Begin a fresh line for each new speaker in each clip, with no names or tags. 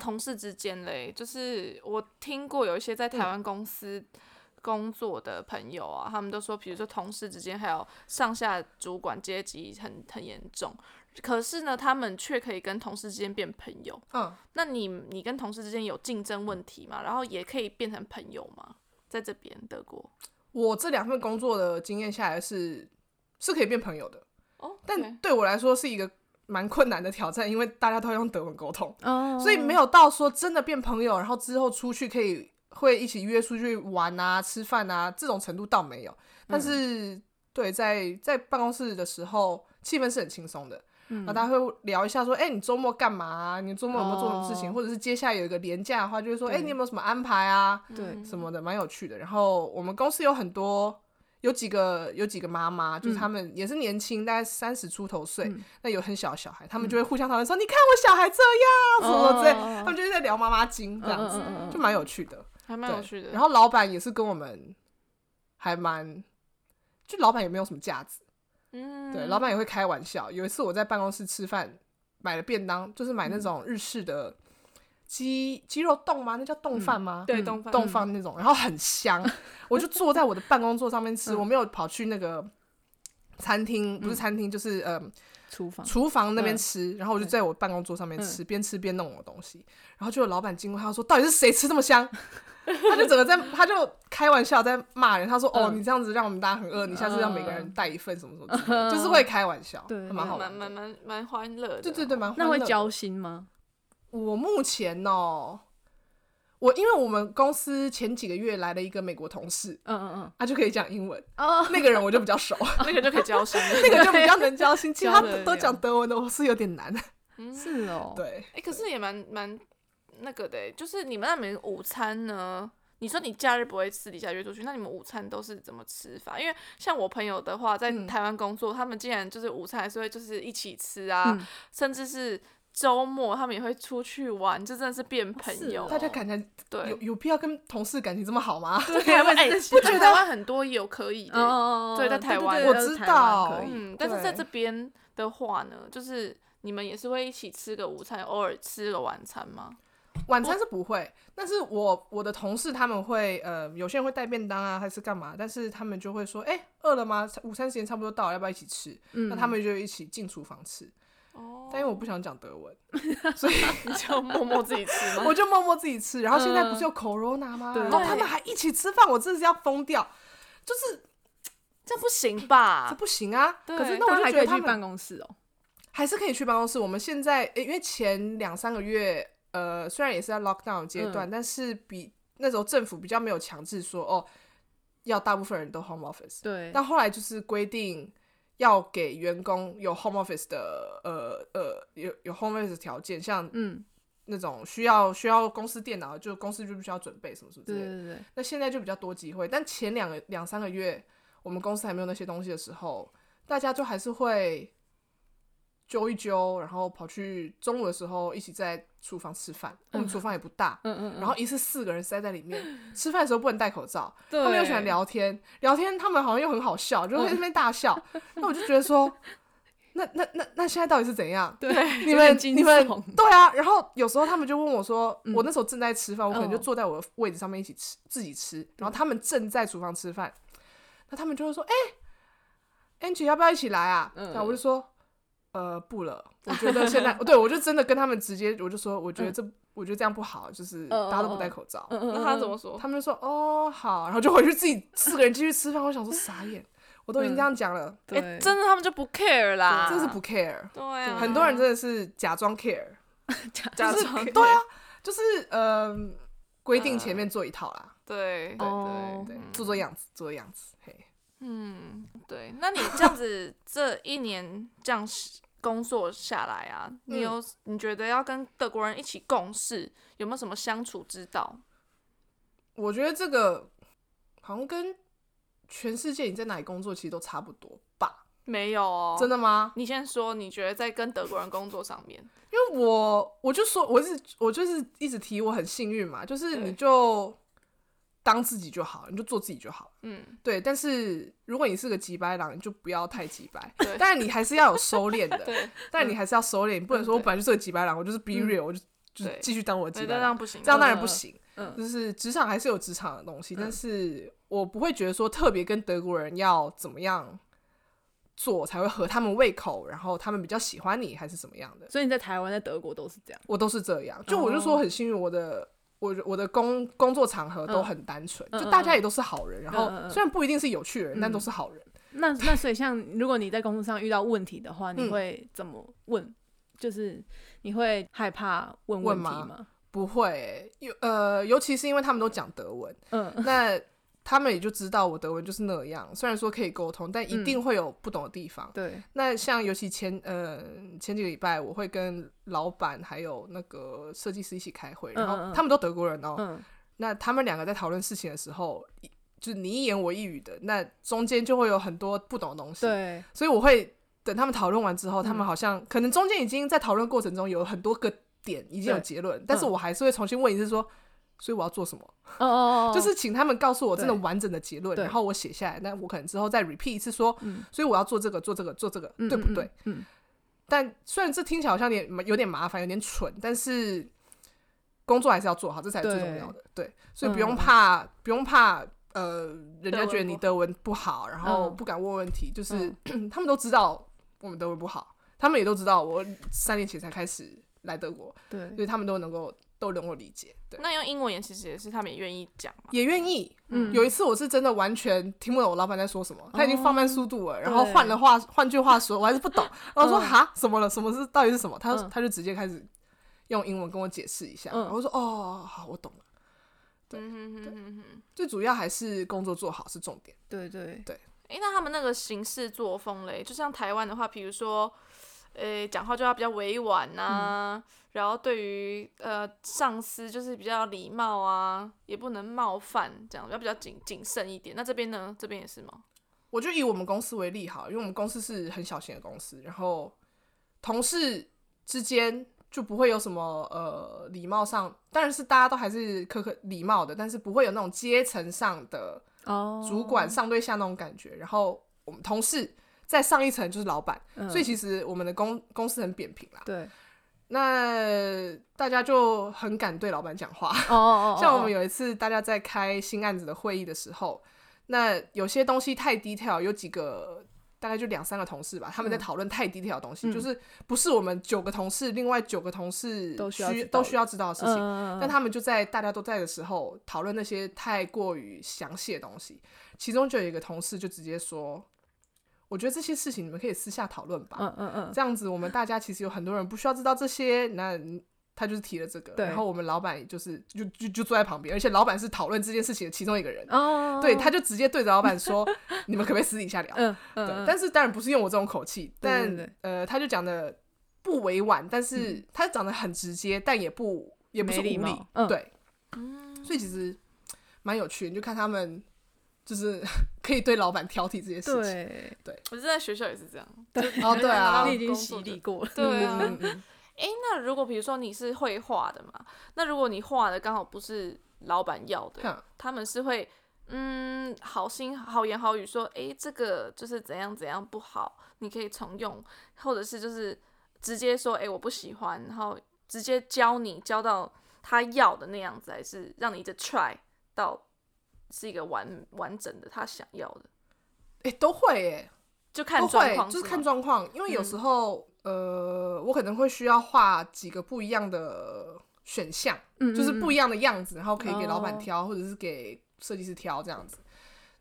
同事之间嘞，就是我听过有一些在
嗯
台湾公司工作的朋友啊，他们都说，比如说同事之间还有上下主管阶级很很严重，可是呢，他们却可以跟同事之间变朋友。
嗯，
那你你跟同事之间有竞争问题吗？然后也可以变成朋友吗？在这边德国
我这两份工作的经验下来是是可以变朋友的，
哦，
但对我来说是一个蛮困难的挑战，因为大家都要用德文沟通，
哦
所以没有到说真的变朋友，然后之后出去可以会一起约出去玩啊、吃饭啊这种程度倒没有。
嗯
但是、对，在在办公室的时候，气氛是很轻松的。
嗯
那大家会聊一下，说，哎、你周末干嘛、啊？你周末有没有做什么事情？
哦
或者是接下来有一个年假的话，就会说，哎、
对
你有没有什么安排啊？
嗯
对
什么的，蛮有趣的。然后我们公司有很多，有几个有几个妈妈，
嗯
就是他们也是年轻，大概三十出头岁，那有很小的小孩，
嗯
他们就会互相讨论说，你看我小孩这样什么之类，他们就是在聊妈妈经这样子，
哦嗯
就蛮有趣的。
还蛮有
对，
趣的。
然后老板也是跟我们还蛮，就老板也没有什么架子，
嗯，
对，老板也会开玩笑。有一次我在办公室吃饭，买了便当，就是买那种日式的鸡鸡肉冻吗？那叫冻饭吗？
对
嗯
东方
冻饭那种，然后很香，我就坐在我的办公桌上面吃，
嗯
我没有跑去那个餐厅，不是餐厅，就是嗯
厨房
厨房那边
嗯
吃，然后我就
对
在我办公桌上面吃，边吃边弄我的东西，然后就有老板经过，他说到底是谁吃这么香？他就整个在，他就开玩笑在骂人，他说哦，
嗯
你这样子让我们大家很饿，你下次让每个人
嗯
带一份什么什么之类的，就是会开玩笑，
对
还蛮好
蛮
玩
蛮
的，
蛮蛮欢乐的。
对对对，蛮
那
欢
会
乐的
交心吗？
我目前哦，我因为我们公司前几个月来了一个美国同事，
嗯嗯
他就可以讲英文，
嗯。哦，
那个人我就比较熟，
那个就可以交心了。
那个就比较能交心，其 他
交得了
都讲德文的，我是有点难。
嗯
是哦，
对，
哎、可是也蛮蛮那个的欸，就是你们那边午餐呢？你说你假日不会私底下约出去，那你们午餐都是怎么吃法？因为像我朋友的话，在
嗯
台湾工作，他们竟然就是午餐还是会就是一起吃啊，
嗯
甚至是周末他们也会出去玩，这真的是变
是
朋友、
哦
大家感觉有
对，
有必要跟同事感情这么好吗？
对
台湾哎，不觉得
觉
台湾很多有可以的
哦，哦，哦
对在台湾
对对
我
对
知
台湾
道
可以
嗯，但是
对
在这边的话呢，就是你们也是会一起吃个午餐，偶尔吃个晚餐吗？
晚餐是不会，但是我我的同事他们会，呃，有些人会带便当啊，还是干嘛，但是他们就会说，哎、饿了吗？午餐时间差不多到了，要不要一起吃？
嗯
那他们就一起进厨房吃。
哦，
但因为我不想讲德文，所以
你就默默自己吃 吗？
我就默默自己吃。然后现在不是有 corona 吗？
哦嗯对
然后他们还一起吃饭，我真的是要疯掉。就是
这不行
这
吧？
不行啊！
对
可是那
那
我
我
就
还
觉
可
得
以
他
去办
们
公室哦，
还是可以去办公室。我们现在诶因为前两三个月，呃，虽然也是在 lockdown 阶
嗯
段，但是比那时候政府比较没有强制说哦，要大部分人都 home office。
对，
但后来就是规定要给员工有 home office 的呃呃有有 home office 的条件，像
嗯，
那种需要需要公司电脑，就公司就必须要准备什么什么之
对
类的。
对对，
那现在就比较多机会，但前两个两三个月，我们公司还没有那些东西的时候，大家就还是会揪一揪，然后跑去中午的时候一起在厨房吃饭。我们厨房也不大，
嗯嗯，
然后一次四个人塞在里面，吃饭的时候不能戴口罩，
对嗯
他们又喜欢，聊天，聊天他们好像又很好笑，就会在那边大 笑。那我就觉得说，那那那那现在到底是怎样？
对，
你
有点
们
惊
你们
悚
对啊，然后有时候他们就问我说，
嗯
我那时候正在吃饭，我可能就
哦嗯
坐在我的位置上面一起吃自己吃，然后他们正在厨房吃饭，那他们就会说，哎、a n g i e 要不要一起来啊？
嗯
然后我就说，呃，不了，我觉得 现在，对我就真的跟他们直接，我就说，我觉得这、我觉得这样不好，就是
嗯
大家都不
嗯
戴
嗯
口罩，
嗯嗯
那他怎么说？
他们就说，哦，好，然后就回去自己四个人继续吃饭，我想说傻眼，我都已经
嗯
这样讲了，
哎、
对，
真的他们就不 care
啊
啦，
真是不 care，、
对啊，
很多人真的是假装 care。
假
假
就是
装
对啊，就是嗯，规定前面做一套啦，
对对
哦
对
对
对，，
做做样子，做做样子，嘿，
嗯，对。那你这样子这一年这样工作下来啊，你有、你觉得要跟德国人一起共事，有没有什么相处之道？
我觉得这个好像跟全世界你在哪里工作其实都差不多吧？
没有哦，
真
的。
的吗？
你先说，你觉得在跟德国人工作上面，
因为我我就说，我是我就是一直提我很幸运嘛，就是
对
你就当自己就好，你就做自己就好了。
嗯，
对，但是如果你是个急白狼，你就不要太急白
对，
但是你还是要有收敛的。
对，
但你还是要收敛，你不能
嗯
说我本来就是个几白狼，我就是 be real，、我就就是
对
继续当我的
对，
鸡
那
蛋
这
佬，
样不行。
这样当
嗯
然不行。
嗯
就是职场还是有职场的东西，
嗯
但是我不会觉得说特别跟德国人要怎么样做才会合他们胃口，然后他们比较喜欢你还是怎么样的，
所以你在台湾、在德国都是这样。
我都是这样。就我就
哦
说很幸运，我的。我我的工工作场合都很单纯，
嗯
就大家也都是好人，然
嗯嗯
后
嗯
虽然不一定是有趣的人，但都是好人。
那那所以像如果你在工作上遇到问题的话，
嗯
你会怎么问？就是你会害怕问问题
问不会欸、尤呃，尤其是因为他们都讲德 文，
嗯
那他们也就知道我德文就是那样。虽然说可以沟通，但一
嗯
定会有不懂的地方。
对，
那像尤其前呃前几个礼拜，我会跟老板还有那个设计师一起开会，然
嗯嗯
后
嗯
他们都德国人哦。
嗯，
那他们两个在讨论事情的时候，一就是你一言我一语的，那中间就会有很多不懂的东西。，
对，嗯
所以我会等他们讨论完之后，他们好像可能中间已经在讨论过程中有很多个点已经有
对嗯
结论，但是我还是会重新问一次说，所以我要做什么？
哦哦哦，
就是请他们告诉我真的
对
完整的结论，
对
然后我写下来。那我可能之后再 repeat 一次说，
嗯
所以我要做这个，做这个，做这个，
嗯
对不对？？
嗯，
但虽然这听起来好像有点有点麻烦，有点蠢，但是工作还是要做好，这才是最重要的。对，所以不用
嗯
怕，不用怕，呃，人家觉得你德文不好，然后
嗯
不敢问问题，就是 他们都知道我们德文不好，他们也都知道我三年前才开始来德国，
对
所，以他们都能够都能够理解。对，
那用英文也其实也是他们也愿意讲嘛。
也愿意。
嗯哦
有一次我是真的完全听不懂我老板在说什么，他已经放慢速度了，然后
对
换了话，换句话说，我还是不 懂。然后我说
嗯
哈，什么了？什么是到底是什么？他
嗯
他就直接开始用英文跟我解释一下，
嗯
然后我说哦，好，我懂了。对
嗯哼哼哼哼。
最主要还是工作做好是重点。
对对，
诶，那他们那个行事作风嘞，就像台湾的话，比如说，呃，讲话就要比较委婉呐、然后对于呃上司就是比较礼貌啊，也不能冒犯，这样要比较谨谨慎一点。那这边呢？这边也是吗？
我就以我们公司为例好了，因为我们公司是很小型的公司，然后同事之间就不会有什么呃礼貌上，当然是大家都还是客客礼貌的，但是不会有那种阶层上的
哦，
主管上对下那种感觉，然后我们同事再上一层就是老板，
嗯，
所以其实我们的公公司很扁平啦。
对，
那大家就很敢对老板讲话，
哦哦哦，
像我们
有
有一次大家在开新案子的会议的时候，那有些东西太 detail，有几个。大概就两三个同事吧，他们在
嗯
讨论太 detail 的东西，
嗯
就是不是我们九个同事，另外九个同事
都需要知道
都需要知道的事情。
嗯，
但他们就在大家都在的时候讨论那些太过于详细的东西，其中就有一个同事就直接说：“我觉得这些事情你们可以私下讨论吧，
嗯嗯嗯，
这样子我们大家其实有很多人不需要知道这些。”那他就是提了这个，
对
然后我们老板也就是就就就坐在旁边，而且老板是讨论这件事情的其中一个人，
哦，
对，他就直接对着老板说：“你们可不可以私底下聊？”
嗯
对，
嗯，
但是当然不是用我这种口气，
对
但
对对
呃，他就讲的不委婉，但是
嗯
他讲的很直接，但也不也不是无
没礼
理，
貌嗯
对，
嗯，
所以其实蛮有趣的，你就看他们就是 可以对老板挑剔这些事情。
对，
我是在学校也是这样。
哦，对啊
你，已经洗礼过了，
对啊。
嗯嗯嗯
诶，那如果比如说你是会画的嘛，那如果你画的刚好不是老板要的，
哼
他们是会嗯好心好言好语说，诶，这个就是怎样怎样不好，你可以重用，或者是就是直接说，诶，我不喜欢，然后直接教你教到他要的那样子，还是让你一直 try 到是一个完完整的他想要的，
哎，都会耶，
就看
都
状
会
况，
就是
吗
看状况，因为有时候呃，我可能会需要画几个不一样的选项。
嗯，
就是不
一
一样的样子，然后可以给老
哦
板挑，或者是给设计师挑这样子。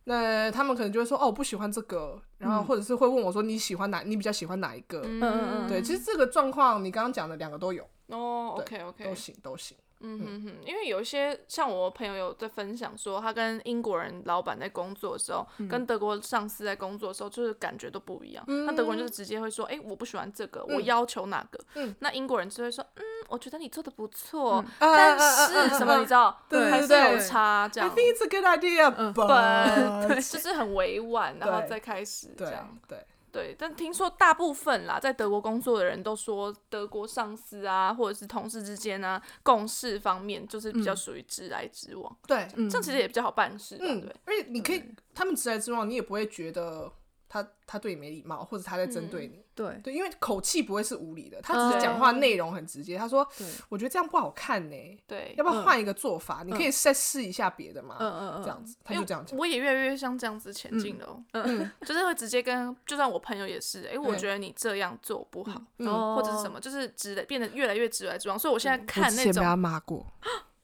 那他们可能就会说，哦，我不喜欢这个，然后
嗯
或者是会问我说，你喜欢哪？你比较喜欢哪一个？
嗯
嗯嗯
对，其实这个状况你刚刚讲的两个都有，
哦，OK
对
OK，
都行，都行。
嗯哼哼，因为有一些像我朋友有在分享说，他跟英国人老板在工作的时候，
嗯
跟德国上司在工作的时候，就是感觉都不一样。那德国人就是直接会说，哎、我不喜欢这个，我
嗯
要求哪个。
嗯
那英国人就会说，嗯，我觉得你做的不错，
啊啊啊
但
啊
是
啊
什么你知道，
对
还是
对
有
对
差这
I
样。
think it's a good idea,
嗯
but
对，就是很委婉，然后
对
再开始这
对
样。
对，
对，但听说大部分啦，在德国工作的人都说，德国上司啊，或者是同事之间啊，共事方面就是比较
嗯
属于直来直往，
对，
嗯
这样其实也比较好办事吧，对
嗯
不对？，
而且你可以，他们直来直往，你也不会觉得他他对你没礼貌，或者他在针对你。
对
对，因为口气不会是无理的，他只是讲话内容很直接。他说
对，：“
我觉得这样不好看呢、
对
要，不要换一个做法？你可以再试一下别的嘛。
嗯嗯嗯，
这样子，他就这样讲。
我也越来越像这样子前进了哦、
嗯
就是会直接跟，就算我朋友也是，哎、我觉得你这样做不好，
嗯
哦，
或者是什么，就是直的变得越来越直来直往，所以我现在
我
看
之
那
前被
种
他骂过，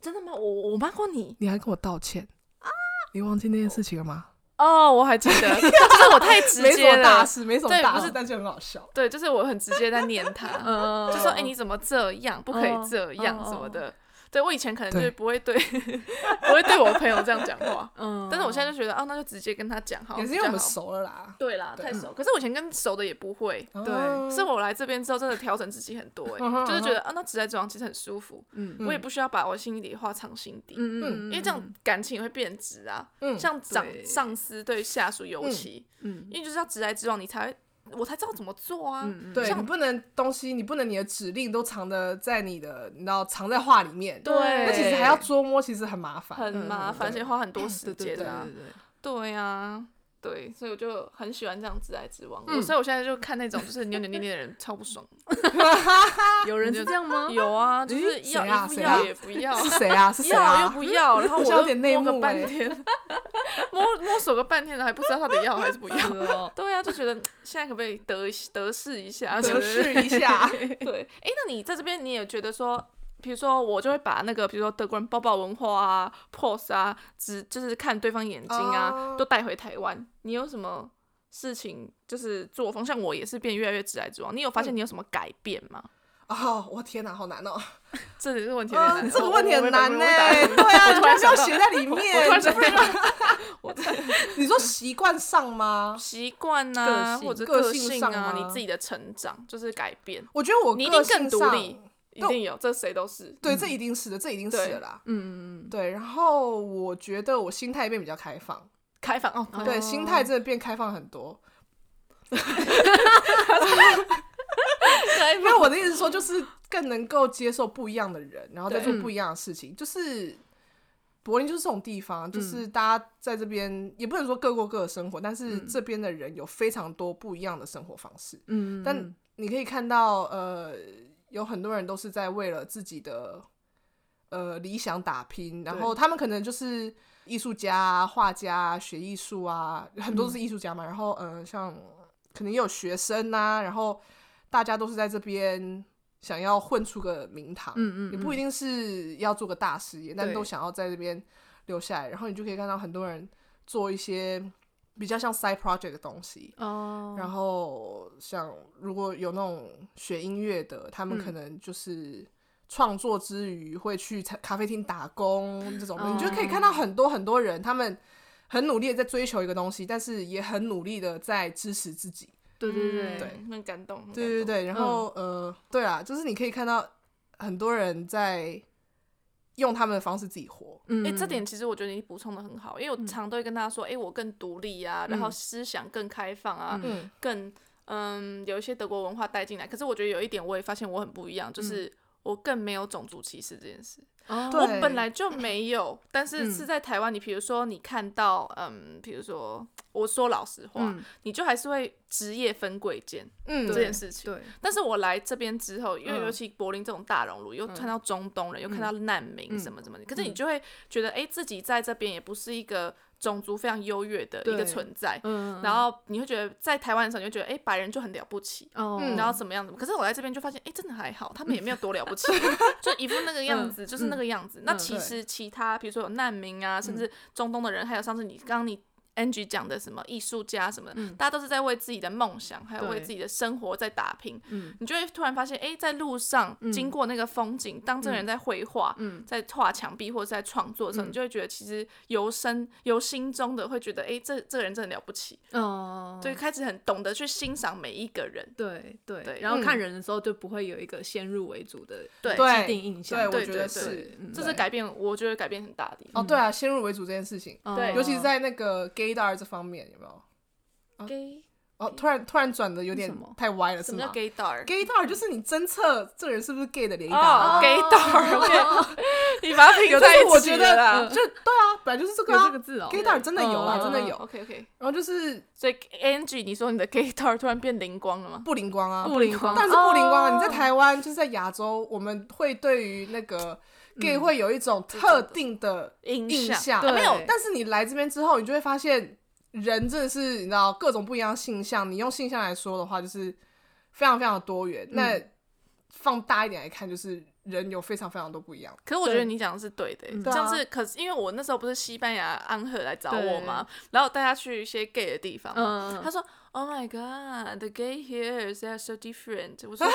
真的吗？我我骂过你
你还跟我道歉你忘记那件事情了吗？
哦，我还记得，就是我太直
没什
接
么大
了，
事，没什么
对
大
不
事，
是
但就很好笑。
对，就是我很直接在念
嗯
他，
嗯，
就说哎、你怎么这样，不可以这样
哦哦
什么的。对我以前可能就是
对
不会对，不会对我朋友这样讲话，
嗯，
但是我现在就觉得啊，那就直接跟他讲好，
也是因为我们
比较好
熟了啦。
对啦，
对
嗯
太熟。可是我以前跟熟的也不会，
对
哦
是我来这边之后真的调整自己很多、欸，
嗯哼
就是
嗯哼
觉得啊，那直来直往其实很舒服，
嗯
我也不需要把我心里话藏心底，
嗯嗯，
因为这样感情也会变直啊。
嗯
像长
对
上司对下属尤其，
嗯
因为就是要直来直往，你才会我才知道怎么做啊。
嗯嗯
对
像
你不能东西，你不能你的指令都藏的在你的，你知道藏在话里面。
对
那其实还要捉摸，其实很麻烦。
很麻
嗯
烦，而且花很多时
对对
间
对
啊。
对，
对呀。对，所以我就很喜欢这样直来直往。
嗯
所以我现在就看那种就是扭扭捏捏的人，超不爽。
有人是这样吗？
有啊，就是
咦
要一不
谁啊谁啊
要也不 要，
是谁啊？是谁
要又
啊？
不要， 然后我
我有
就
点内
摸个
幕
半
欸
天， 摸摸索个半天了，还不知道到底要还是 不要。
有，
对啊，就觉得现在可不可以得得势一下？
得势一下。
对，哎、那你在这边你也觉得说，比如说我就会把那个，比如说德国人抱抱文化啊、pose 啊，只就是看对方眼睛啊，
哦
都带回台湾。你有什么事情就是作风？像我也是变越来越直来直往。你有发
嗯
现你有什么改变吗？
哦，我天哪，好难哦！
这里是问题有点难，哦
嗯，这个
我
问题很难呢。
我
对啊，
突然
你们没
想
有
到
写在里
我突然
面。
想到
你说习惯上吗？
习惯呐，
个性
或者
个
个
性
性
上
啊，
吗
你自己的成长就是改变，
我觉得我
你一
个
定更
性
独
上
立，嗯一定有，这谁都是。
对，这一定是的，这一定是的啦。
嗯嗯
对，然后我觉得我心态变比较开放，
开放哦，
对，心态真的变开放很多。
开
因为我的意思是说，就是更能够接受不一样的人，然后再做
对
不一样的事情。就是柏林就是这种地方，就是大家在这边也不能说各过各的生活，但是这边的人有非常多不一样的生活方式。
嗯，
但你可以看到，呃，有很多人都是在为了自己的呃理想打拼，然后他们可能就是艺术家、啊、画家、啊、学艺术啊，很多都是艺术家嘛。然后，嗯、呃，像可能也有学生呐、然后大家都是在这边想要混出个名堂，
嗯嗯
也不一定是要做个大事业，但
对
都想要在这边留下来。然后你就可以看到很多人做一些比较像 side project 的东西，
哦，
然后像如果有那种学音乐的，他们可能就是创作之余会去餐咖啡厅打工这种，
哦
你就可以看到很多很多人，他们很努力的在追求一个东西，但是也很努力的在支持自己。
对对对
嗯，很感动，很感
对对
动，
对，然后、呃，对啦，就是你可以看到很多人在用他们的方式自己活。
嗯
哎、这点其实我觉得你补充的很好，因为我常都会跟大家说，哎、我更独立啊，然后思想更开放啊，
嗯
嗯
更嗯有一些德国文化带进来。可是我觉得有一点我也发现我很不一样，
嗯
就是我更没有种族歧视这件事。
我
我
对
本来就没有，但是
嗯
是在台湾，你比如说你看到嗯，比如说我说老实话，
嗯
你就还是会职业分贵贱
嗯，
这
对
件事情。
对，
但是我来这边之后，因为
嗯
尤其柏林这种大熔炉，又看到中东人，又看到难民
嗯
什么什么的，可是你就会觉得，哎、自己在这边也不是一个种族非常优越的一个
对
存在。
嗯，
然后你会觉得在台湾的时候，你会觉得，哎、白人就很了不起。
哦，
嗯
然后怎么样怎么？可是我来这边就发现，哎、真的还好，他们也没有多了不起，
嗯
就一副那个样子，就是那个样子。那其实其他，比如说有难民啊，
嗯
甚至中东的人，还有上次你刚刚你 Angie 讲的什么艺术家什么的，大家都是在为自己的梦想，还有
嗯对
为自己的生活在打拼。
嗯
你就会突然发现，哎、在路上经过那个风景，当这个人在绘画，
嗯
在画墙壁或者在创作的时候，你就会觉得其实由身由心中的会觉得，哎、这这个人真的了不起，
哦，
所以开始很懂得去欣赏每一个人。
对对
对
然后看人的时候就不会有一个先入为主的
对
既定印象，
对，我
对
觉
对
得
对
是，
嗯
这
对
是改变，我觉得改变很大的地方。
哦，对啊，先入为主这件事情，
哦
对
尤其是在那个 gaydar 这方面，有没有？
gay
哦，突然突然转的有点
什么
太歪了，
什
是
么叫
吗
gay dark？
？gay 到就是你侦测这个人是不是 gay 的雷达
哦
啊。
，gay dark，我觉
哦
得 你把它拼
有，但
在
是
一
我
起
觉
了
得
啦
就对啊，本来就是这个
有这
啊
个字哦。
，gay 到真的有啊，
嗯
真的有。
OK OK，
然后就是
所以 Angie，你说你的 gay dark 突然变灵光了吗？
不灵光啊，
不灵光，
但是不灵光啊。
哦
你在台湾就是在亚洲，我们会对于那个
嗯
gay 会有一种特定的
印
印
象
象，
对
啊没有，
但是你来这边之后，你就会发现人真的是你知道各种不一样的性向。你用性向来说的话，就是非常非常的多元。那
嗯
放大一点来看，就是人有非常非常多不一样。
可是我觉得
对
你讲的是对的欸、
嗯
对啊
像是可是因为我那时候不是西班牙安赫来找
对
我嘛，然后带他去一些 gay 的地方嘛，
嗯，
他
他
说 Oh my God, the gay here they are so different。我说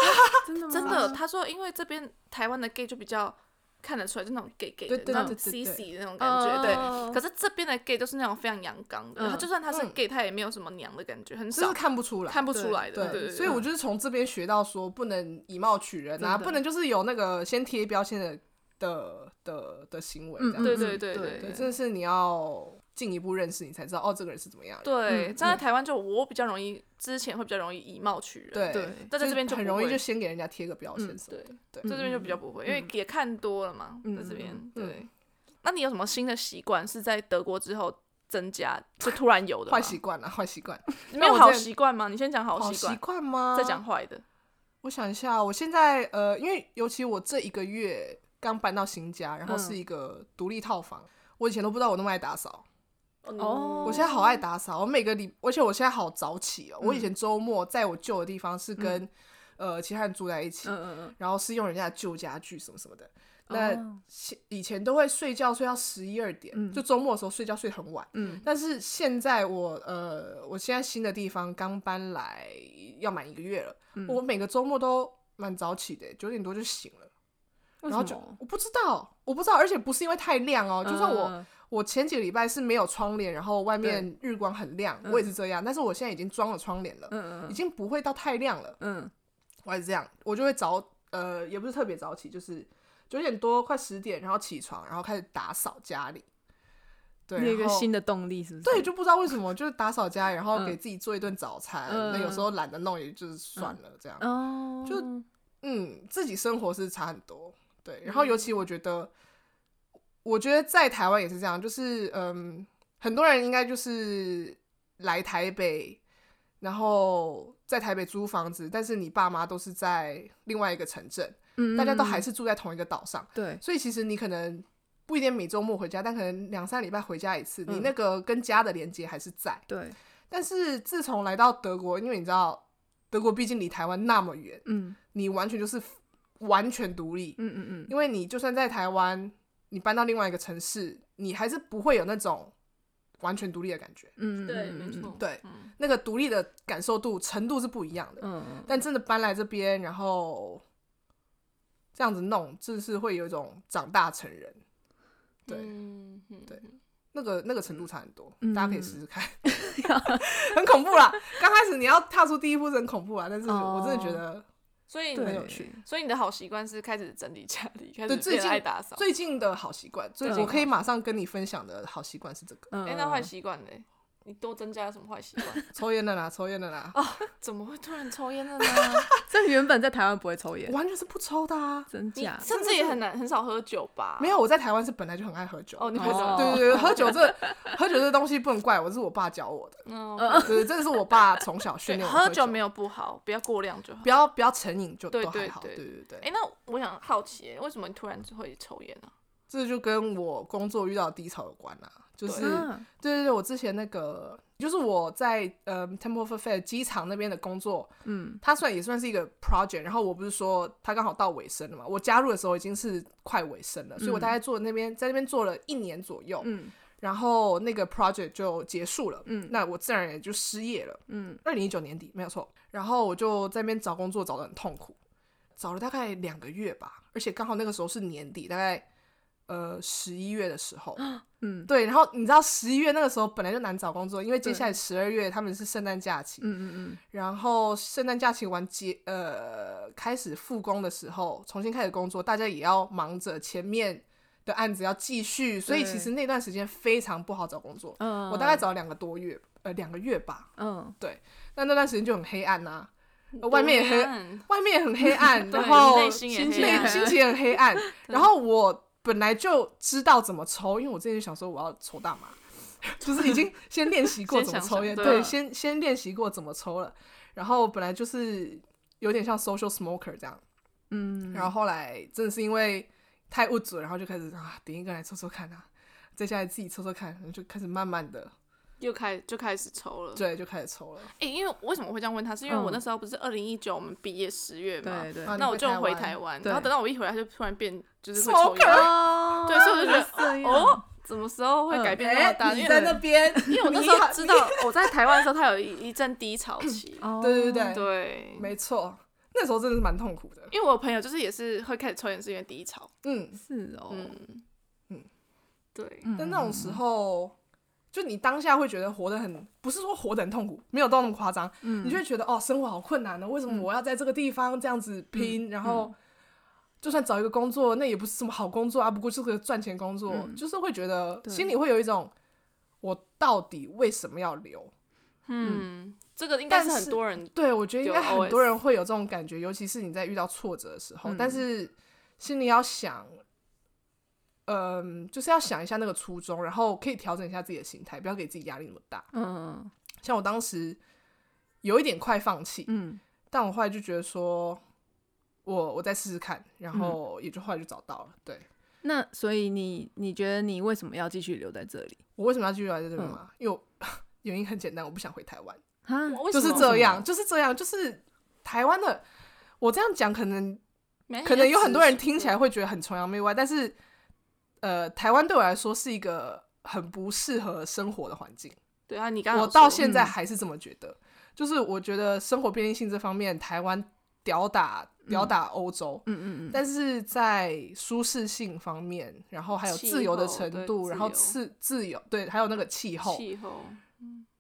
真的吗
真的，他说因为这边台湾的 gay 就比较看得出来，就那种 gay gay
对对
的，那种
对
C
对对
C 的那种感觉，
嗯
对。
嗯
可是这边的 gay 都是那种非常阳刚的，
嗯
他就算他是
嗯
gay，他也没有什么娘的感觉，很
这
少
是看不出来，
看不出
对
来的。对，对
所以我就是从这边学到说，不能以貌取人啊，
真的
不能就是有那个先贴标签的的的的行为这样。
嗯
对
嗯
对
嗯
对
对
对，真的是你要进一步认识，你才知道哦，这个人是怎么样的人。
对，
嗯
站在台湾就我比较容易，之前会比较容易以貌取人，
对
对
但在这边就
就
不
很容易
会嗯
就嗯先给人家贴个标签什么的。对
在这边就比较不会，因为也看多了嘛，
嗯
在这边
嗯
对。那你有什么新的习惯是在德国之后增加，就突然有的吗
坏习惯啊，坏习惯，
没
那
有
我
好
这
习惯吗？你先讲好
好
习
习
惯，
惯吗？
再讲，坏的。
我想一下，我现在呃，因为尤其我这一个月刚搬到新家，然后
嗯
是一个独立套房，我以前都不知道我那么爱打扫，
哦
我现在好爱打扫，我每个礼，而且我现在好早起哦。我
嗯
以前周末在我旧的地方是跟、呃其他人住在一起，
嗯嗯嗯，
然后是用人家的旧家具什么什么的。那
哦
现以前都会睡觉睡到十一二点，
嗯
就周末的时候睡觉睡很晚。
嗯
但是现在我呃，我现在新的地方刚搬来，要满一个月了，
嗯
我每个周末都蛮早起的，九点多就醒了。
为
然后
什
就
么
我不知道，我不知道，而且不是因为太亮哦，就算我、
嗯
我前几个礼拜是没有窗帘，然后外面日光很亮，我也是这样，但是我现在已经装了窗帘了，
嗯
已
嗯
经不会到太亮了，
嗯
我还是这样，我就会早呃也不是特别早起，就是九点多快十点，然后起床，然后开始打扫家里，对，
嗯，有一个
然后
新的动力是不是？
对，就不知道为什么，就是打扫家里，然后
嗯
给自己做一顿早餐。
嗯
那有时候懒得弄，也就是算了这样。
哦，
就嗯，自己生活是差很多。对，然后
嗯
尤其我觉得，我觉得在台湾也是这样，就是嗯，很多人应该就是来台北，然后在台北租房子，但是你爸妈都是在另外一个城镇，
嗯
大家都还
是
是住在同一个岛上。
对，
所以其实你可能不一定每周末回家，但可能两三礼拜回家一次，你
嗯
那个跟家的连接还是在。
对，
但是自从来到德国，因为你知道德国毕竟离台湾那么远，
嗯
你完全就是完全独立，
嗯嗯嗯，
因为你就算在台湾，你搬到另外一个城市，你还是不会有那种完全独立的感觉。
嗯，
对，
嗯
没错，，
对
嗯
那个独立的感受度程度是不一样的。
嗯嗯
但真的搬来这边，然后这样子弄，真是会有一种长大成人，对
嗯嗯
对那个那个程度差很多。
嗯
大家可以试试看， 很恐怖啦。刚开始你要踏出第一步是很恐怖啊，但是我真的觉得
所以
嗯对，
很有
你
趣。
所以你的好习惯是开始整理家里，开始
对最
变得
近
爱打扫。
最近的好习惯，最
对
我可以马上跟你分享的好习惯是这个，
嗯，
哎，那坏习惯嘞？你多增加了什么坏习 惯？
抽烟的啦，抽烟的啦，
哦怎么会突然抽烟了 呢？
这原本在台湾不会抽
我
烟，
完全是不抽的啊。
真
你
假？
甚至也很难很少喝酒吧？
没有，我在台湾是本来就很爱喝酒。
啊哦，你
对
不知道
哦
对对，喝酒这喝酒这东西不能怪我，是我爸教我的。
嗯
呃
对，真的是我爸从小训
对，
练我
喝
酒
酒没有不好，不要过量就好。
不要不要成瘾就
对
都还
对
好。对
对
对对
哎、，那我想好奇，为什么你突然会抽烟啊呢、
这就跟我工作遇到的低潮有关啦、就是
对
对
啊
对对，我之前那个就是我在呃 Temple f a i r 机场那边的工作，
嗯
它算也算是一个 project，然后我不是说它刚好到尾声了嘛，我加入的时候已经是快尾声了，所以我大概做那边在那边做了一年左右，
嗯
然后那个 project 就结束了，
嗯
那我自然也就失业了，
嗯
二零一九年底没有错，然后我就在那边找工作找的很痛苦，找了大概两个月吧，而且刚好那个时候是年底，大概呃十一月的时候，
嗯
对，然后你知道十一月那个时候本来就难找工作，因为接
对
下来十二月他们是圣诞假期，
嗯嗯
然后圣诞假期完结，呃，开始复工的时候，重新开始工作，大家也要忙着前面的案子要继续，所以其实那段时间非常不好找工作。
嗯，
我大概找了两个多月，呃，两个月吧。
嗯，
那那段时间就很黑暗呐、呃外面也
啊
很
很，
外面也很黑 暗，
对
然后
内心也
心情
黑
内
暗
心情也很黑 暗。然后我本来就知道怎么抽，因为我之前就想说我要抽大麻， 就是已经先练习过
先
怎么
想
抽
想
烟，
对
对，先先练习过怎么抽了。然后本来就是有点像 social smoker 这样，
嗯，
然后后来真的是因为太物质了，然后就开始啊，点一个来抽抽看啊，接下来自己抽抽看，然后就开始慢慢的，
又开就开始抽了。
对，就开始抽了。
哎、因为为什么我会这样问他？是因为我
嗯
那时候不是二零一九我们毕业十月嘛，
对对，
啊
那我
你回
就
台
回
湾
台湾，
对
然后等到我一回来，他就突然变就是会抽
Smoker
烟。
哦
对所以我就觉得
得
哦，什么时候会
嗯
改变那么大？
哎你
因
在
为
那 边，
因为我那时候知道我在台湾的时候，他有一一阵低潮期。
哦
对对对
对，
嗯没错，那时候真的是蛮痛苦的。
因为我朋友就是也是会开始抽烟，是因为低潮。
嗯，
是哦，
嗯
嗯
对，
嗯
但那种时候，就你当下会觉得活得很，不是说活得很痛苦，没有到那么夸张，
嗯
你就会觉得哦，生活好困难呢、为什么我要在这个地方这样
嗯
子拼？然后、就算找一个工作，那也不是什么好工作啊，不过就是个赚钱工作，
嗯
就是会觉得
对
心里会有一种，我到底为什么要留？
嗯，这个应该是
但
很
是
多人
对，我觉得应该
有
很
OS
多人会有这种感觉，尤其是你在遇到挫折的时候。
嗯
但是心里要想，嗯、就是要想一下那个初衷，然后可以调整一下自己的心态，不要给自己压力那么大。
嗯
像我当时有一点快放弃，
嗯
但我后来就觉得说，我我再试试看，
嗯
然后也就后来就找到了。对
那所以你你觉得你为什么要继续留在这里
我为什么要继续来在这
嗯
边嘛？因为我 原因很简单，我不想回台湾。
啊？
为
嗯就
什
是
么
这样，就是这样，就是台湾的。我这样讲可能
没
可能有很多人听起
来
来会觉得很崇洋媚外，但是，呃，台湾对我来说是一个很不适合生活的环境。
对啊，你刚刚
我
有
到
说
现在
嗯
还是这么觉得，就是我觉得生活便利性这方面，台湾吊打吊打欧洲，
嗯嗯嗯，
但是在舒适性方面，然后还有
气
自由的
候
程
对
度，
自
然后
由
自自由对，还有那个气候
气候，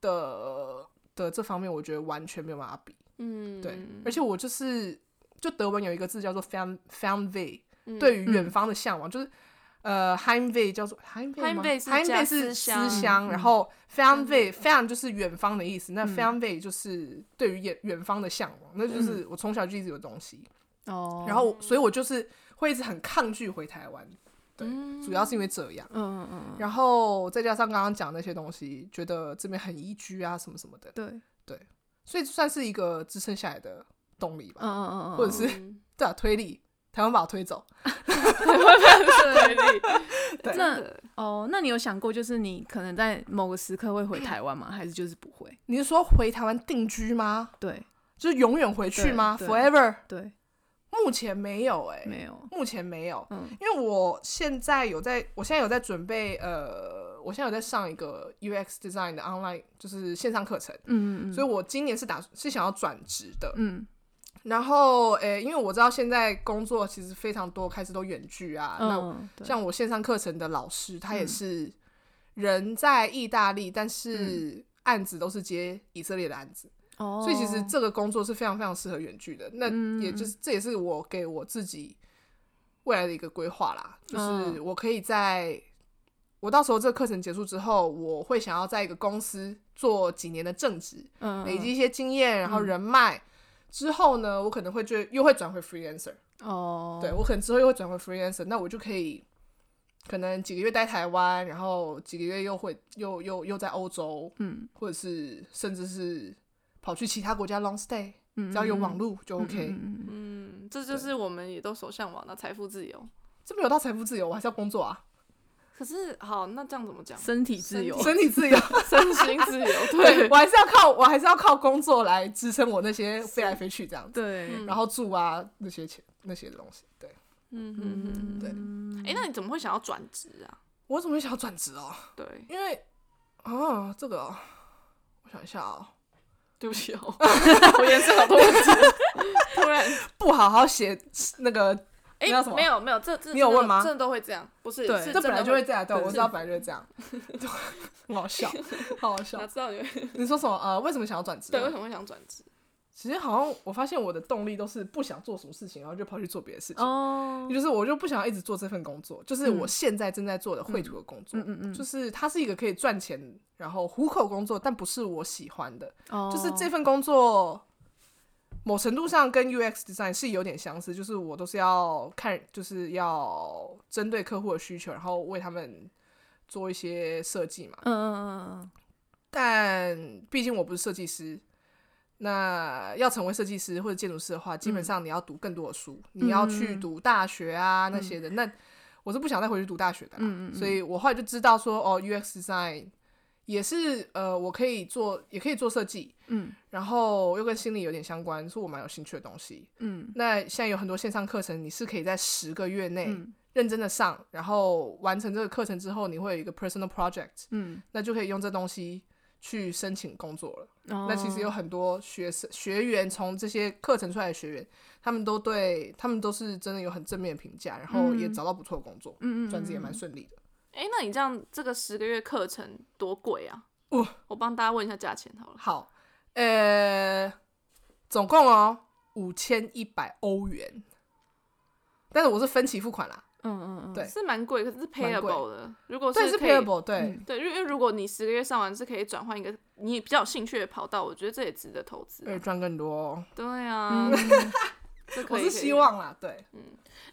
的的这方面，我觉得完全没有办法比。
嗯，
对，而且我就是就德文有一个字叫做 “fan fan v y
嗯
对于远
嗯
方的向往，就是呃 Heimweh 叫做 Heimweh 吗
Heimweh 是
？Heimweh
家
是
思乡
乡，然
嗯
后
嗯
Fernweh Fern 就是远方的意思，那
嗯
Fernweh 就是对于远远方的向往，那
嗯
就是我从小就一直有东西，
哦，
然后所以我就是会一直很抗拒回台湾，对
嗯
主要是因为这样。
嗯嗯嗯，
然后再加上刚刚讲那些东西，觉得这边很宜居啊，什么什么的，
对，嗯
所以算是一个支撑下来的动力吧。
嗯嗯嗯，
或者是
嗯
对啊，推力，台湾把我推走，
对对
对
真的
哦，那你有想过，就是你可能在某个时刻会回台湾吗？还是就是不会？
你是说回台湾定居吗？
对
就是永远回去吗
对对
？Forever？
对，
目前没有哎、
没有，
目前没有，
嗯
因为我现在有在，我现在有在准备，呃，我现在有在上一个 UX design 的 online，就是线上课程，
嗯嗯嗯，
所以我今年是打是想要转职的。
嗯
然后，诶，因为我知道现在工作其实非常多，开始都远距啊，那
嗯，对
像我线上课程的老师，他也
嗯
是人在意大利，但
嗯
是案子都是接以色列的案子。
哦，
所以其实这个工作是非常非常适合远距的。那
嗯
也就是、这也是我给我自己未来的一个规划啦，就是
嗯
我可以在我到时候这个课程结束之后，我会想要在一个公司做几年的正职，
嗯
累积一些经验，然后
嗯
人脉。之后呢，我可能会就又会转回 freelancer，、
哦，
对我可能之后又会转回 freelancer，那我就可以可能几个月待台湾，然后几个月又会又又又在欧洲，
嗯，
或者是甚至是跑去其他国家 long stay，
嗯，
只要有
嗯
网路就
嗯
OK。
嗯嗯嗯
嗯，这就是我们也都所向往的财富自由。
这没有到财富自由，我还是要工作 啊，
可是好，那这样怎么讲？
身体自由，
身体自由，
身心自 由，
对
对
我，还是要靠我还是要靠工作来支撑我那些飞来飞去这样子，
对，
嗯
然后住啊那些钱那些东西。对
嗯嗯嗯，
对
哎、那你怎么会想要转职啊？
我怎么会想要转职哦？
对，
因为啊这个哦、我想一下哦，
对不起哦，我延伸好多问题，突 然，
不好好写那个，
哎、
你要什么
没有没有，这这
你有
真的
问吗
真的都会这样，不是，
对
是
这本来就会这样，对
对
我知道本来就是这样， 很好笑，好好
真的会，哪
笑。
知道你会
你说什么？呃，为什么想要转职？
对为什么会想转职？
其实好像我发现我的动力都是不想做什么事情，然后就跑去做别的事情。
哦，
就是我就不想要一直做这份工作，就是我现在正在做的绘图的工作，
嗯嗯嗯
就是它是一个可以赚钱然后糊口工作，但不是我喜欢的。
哦
就是这份工作，某程度上跟 UX design 是有点相似，就是我都是要看，就是要针对客户的需求，然后为他们做一些设计嘛。
嗯嗯嗯
但毕竟我不是设计师，那要成为设计师或者建筑师的话，
嗯
基本上你要读更多的书，你要去读大学啊、那些的。那我是不想再回去读大学的啦，
嗯嗯嗯嗯
所以我后来就知道说，哦，UX design 也是呃，我可以做，也可以做设计，
嗯
然后又跟心理有点相关，是我蛮有兴趣的东西。
嗯
那现在有很多线上课程，你是可以在十个月内
嗯
认真的上，然后完成这个课程之后，你会有一个 personal project，
嗯
那就可以用这东西去申请工作了。
嗯，哦
那其实有很多学生学员从这些课程出来的学员，他们都对他们都是真的有很正面的评价，然后也找到不错的工作，
嗯嗯
转职也蛮
嗯
顺利的。
哎、那你这样这个十个月课程多贵啊？
哦
我帮大家问一下价钱好了。
好，呃，总共哦五千一百欧元，但是我是分期付款啦，
嗯嗯嗯，
对
是蛮贵，可是是
蛮贵
payable 的。如果
对，
是
是
可以
payable，对。
嗯
对，因为因为如果你十个月上完是可以转换一个你比较有兴趣的跑道，我觉得这也值得投资啊、
对，赚更多哦、
对啊，
嗯
这可
我
以
是
可以
希望啦，对，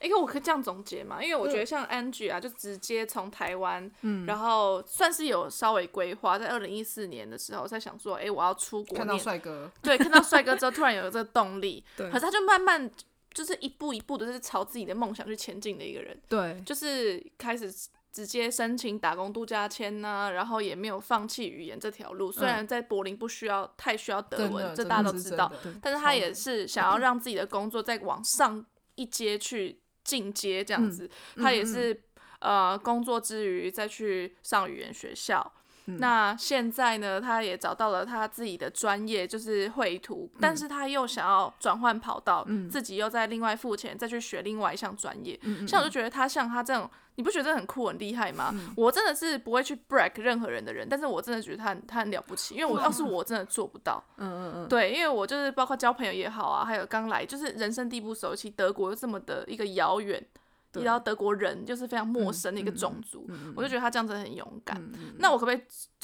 哎、可我可以这样总结嘛？因为我
嗯
觉得像 Angie 啊，就直接从台湾，
嗯
然后算是有稍微规划，在二零一四年的时候，我在想说，哎、我要出国
看到
念，
帅哥，
对，看到帅哥之后，突然有这个动 力，
对
可是他就慢慢就是一步一步的，就是朝自己的梦想去前进的一个人，
对，
就是开始直接申请打工度假签呐、然后也没有放弃语言这条路。虽然在柏林不需要太需要德
嗯真
文，
的，
这
真
大家
的
都
是
知
真
道，
哦
的
但是他也是想要让自己的工作再往上一阶去进阶这样子，他也是、呃工作之余再去上语言学校。那现在呢，他也找到了他自己的专业，就是绘图，但是他又想要转换跑道，自己又在另外付钱再去学另外一项专业。像我就觉得他像他这种，你不觉得很酷很厉害吗？
嗯
我真的是不会去 break 任何人的人，但是我真的觉得他很他很了不起，因为我要是我真的做不到，
嗯嗯嗯，
对，因为我就是包括交朋友也好啊，还有刚来就是人生地不熟悉，德国又这么的一个遥远，
对嗯
遇到德国人就是非常陌生的一个种族，我就觉得他这样子很勇敢。那我可不可以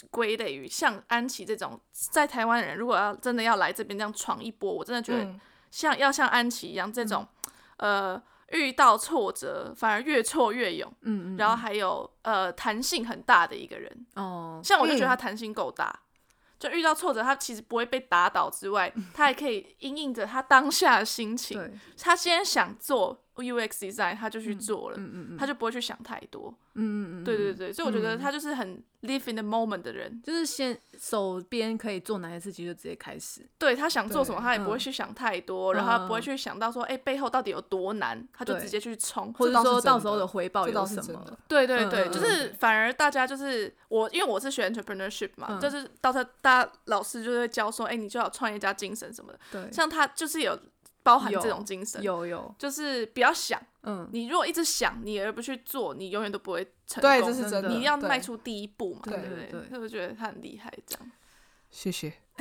归类于像安琪这种在台湾的人，如果要真的要来这边这样闯一波，我真的觉得
嗯
像、要像安琪一样
嗯
这种，呃。遇到挫折，反而越挫越勇，
啊
嗯嗯，
然后还有呃弹性很大的一个人，
哦，
像我就觉得
嗯
他弹性够大，就遇到挫折，他其实不会被打倒之外，他还可以因应着他当下的心情。
嗯对，
他现在想做 UX design，他就去做了，
嗯嗯嗯
他就不会去想太多。
嗯嗯嗯，嗯
对对对，所以我觉得他就是很 live in the moment 的人。
就是先手边可以做哪些事情就直接开始，
对他想做什么，
对
他也不会去想太多，
嗯
然后他不会去想到说，哎、背后到底有多难，他就
对
直接去冲。
或
这
者
倒是
说
真
到时候
的
的回报
这
有
倒是
什
真
么
的？
对对对，
嗯嗯
就是反而大家就是我，因为我是学 entrepreneurship 嘛，
嗯
就是到他大家老师就会教说，哎、你就要有创业家精神什么的。
对，
像他就是有包含这种精神，
有有，
就是不要想，
嗯，
你如果一直想，你而不去做，你永远都不会成功。
对，这是
真
真的，
的
你一定要
对
迈，出第一步嘛，
对
不
对对
所以我觉得他很厉害，这样。
谢谢。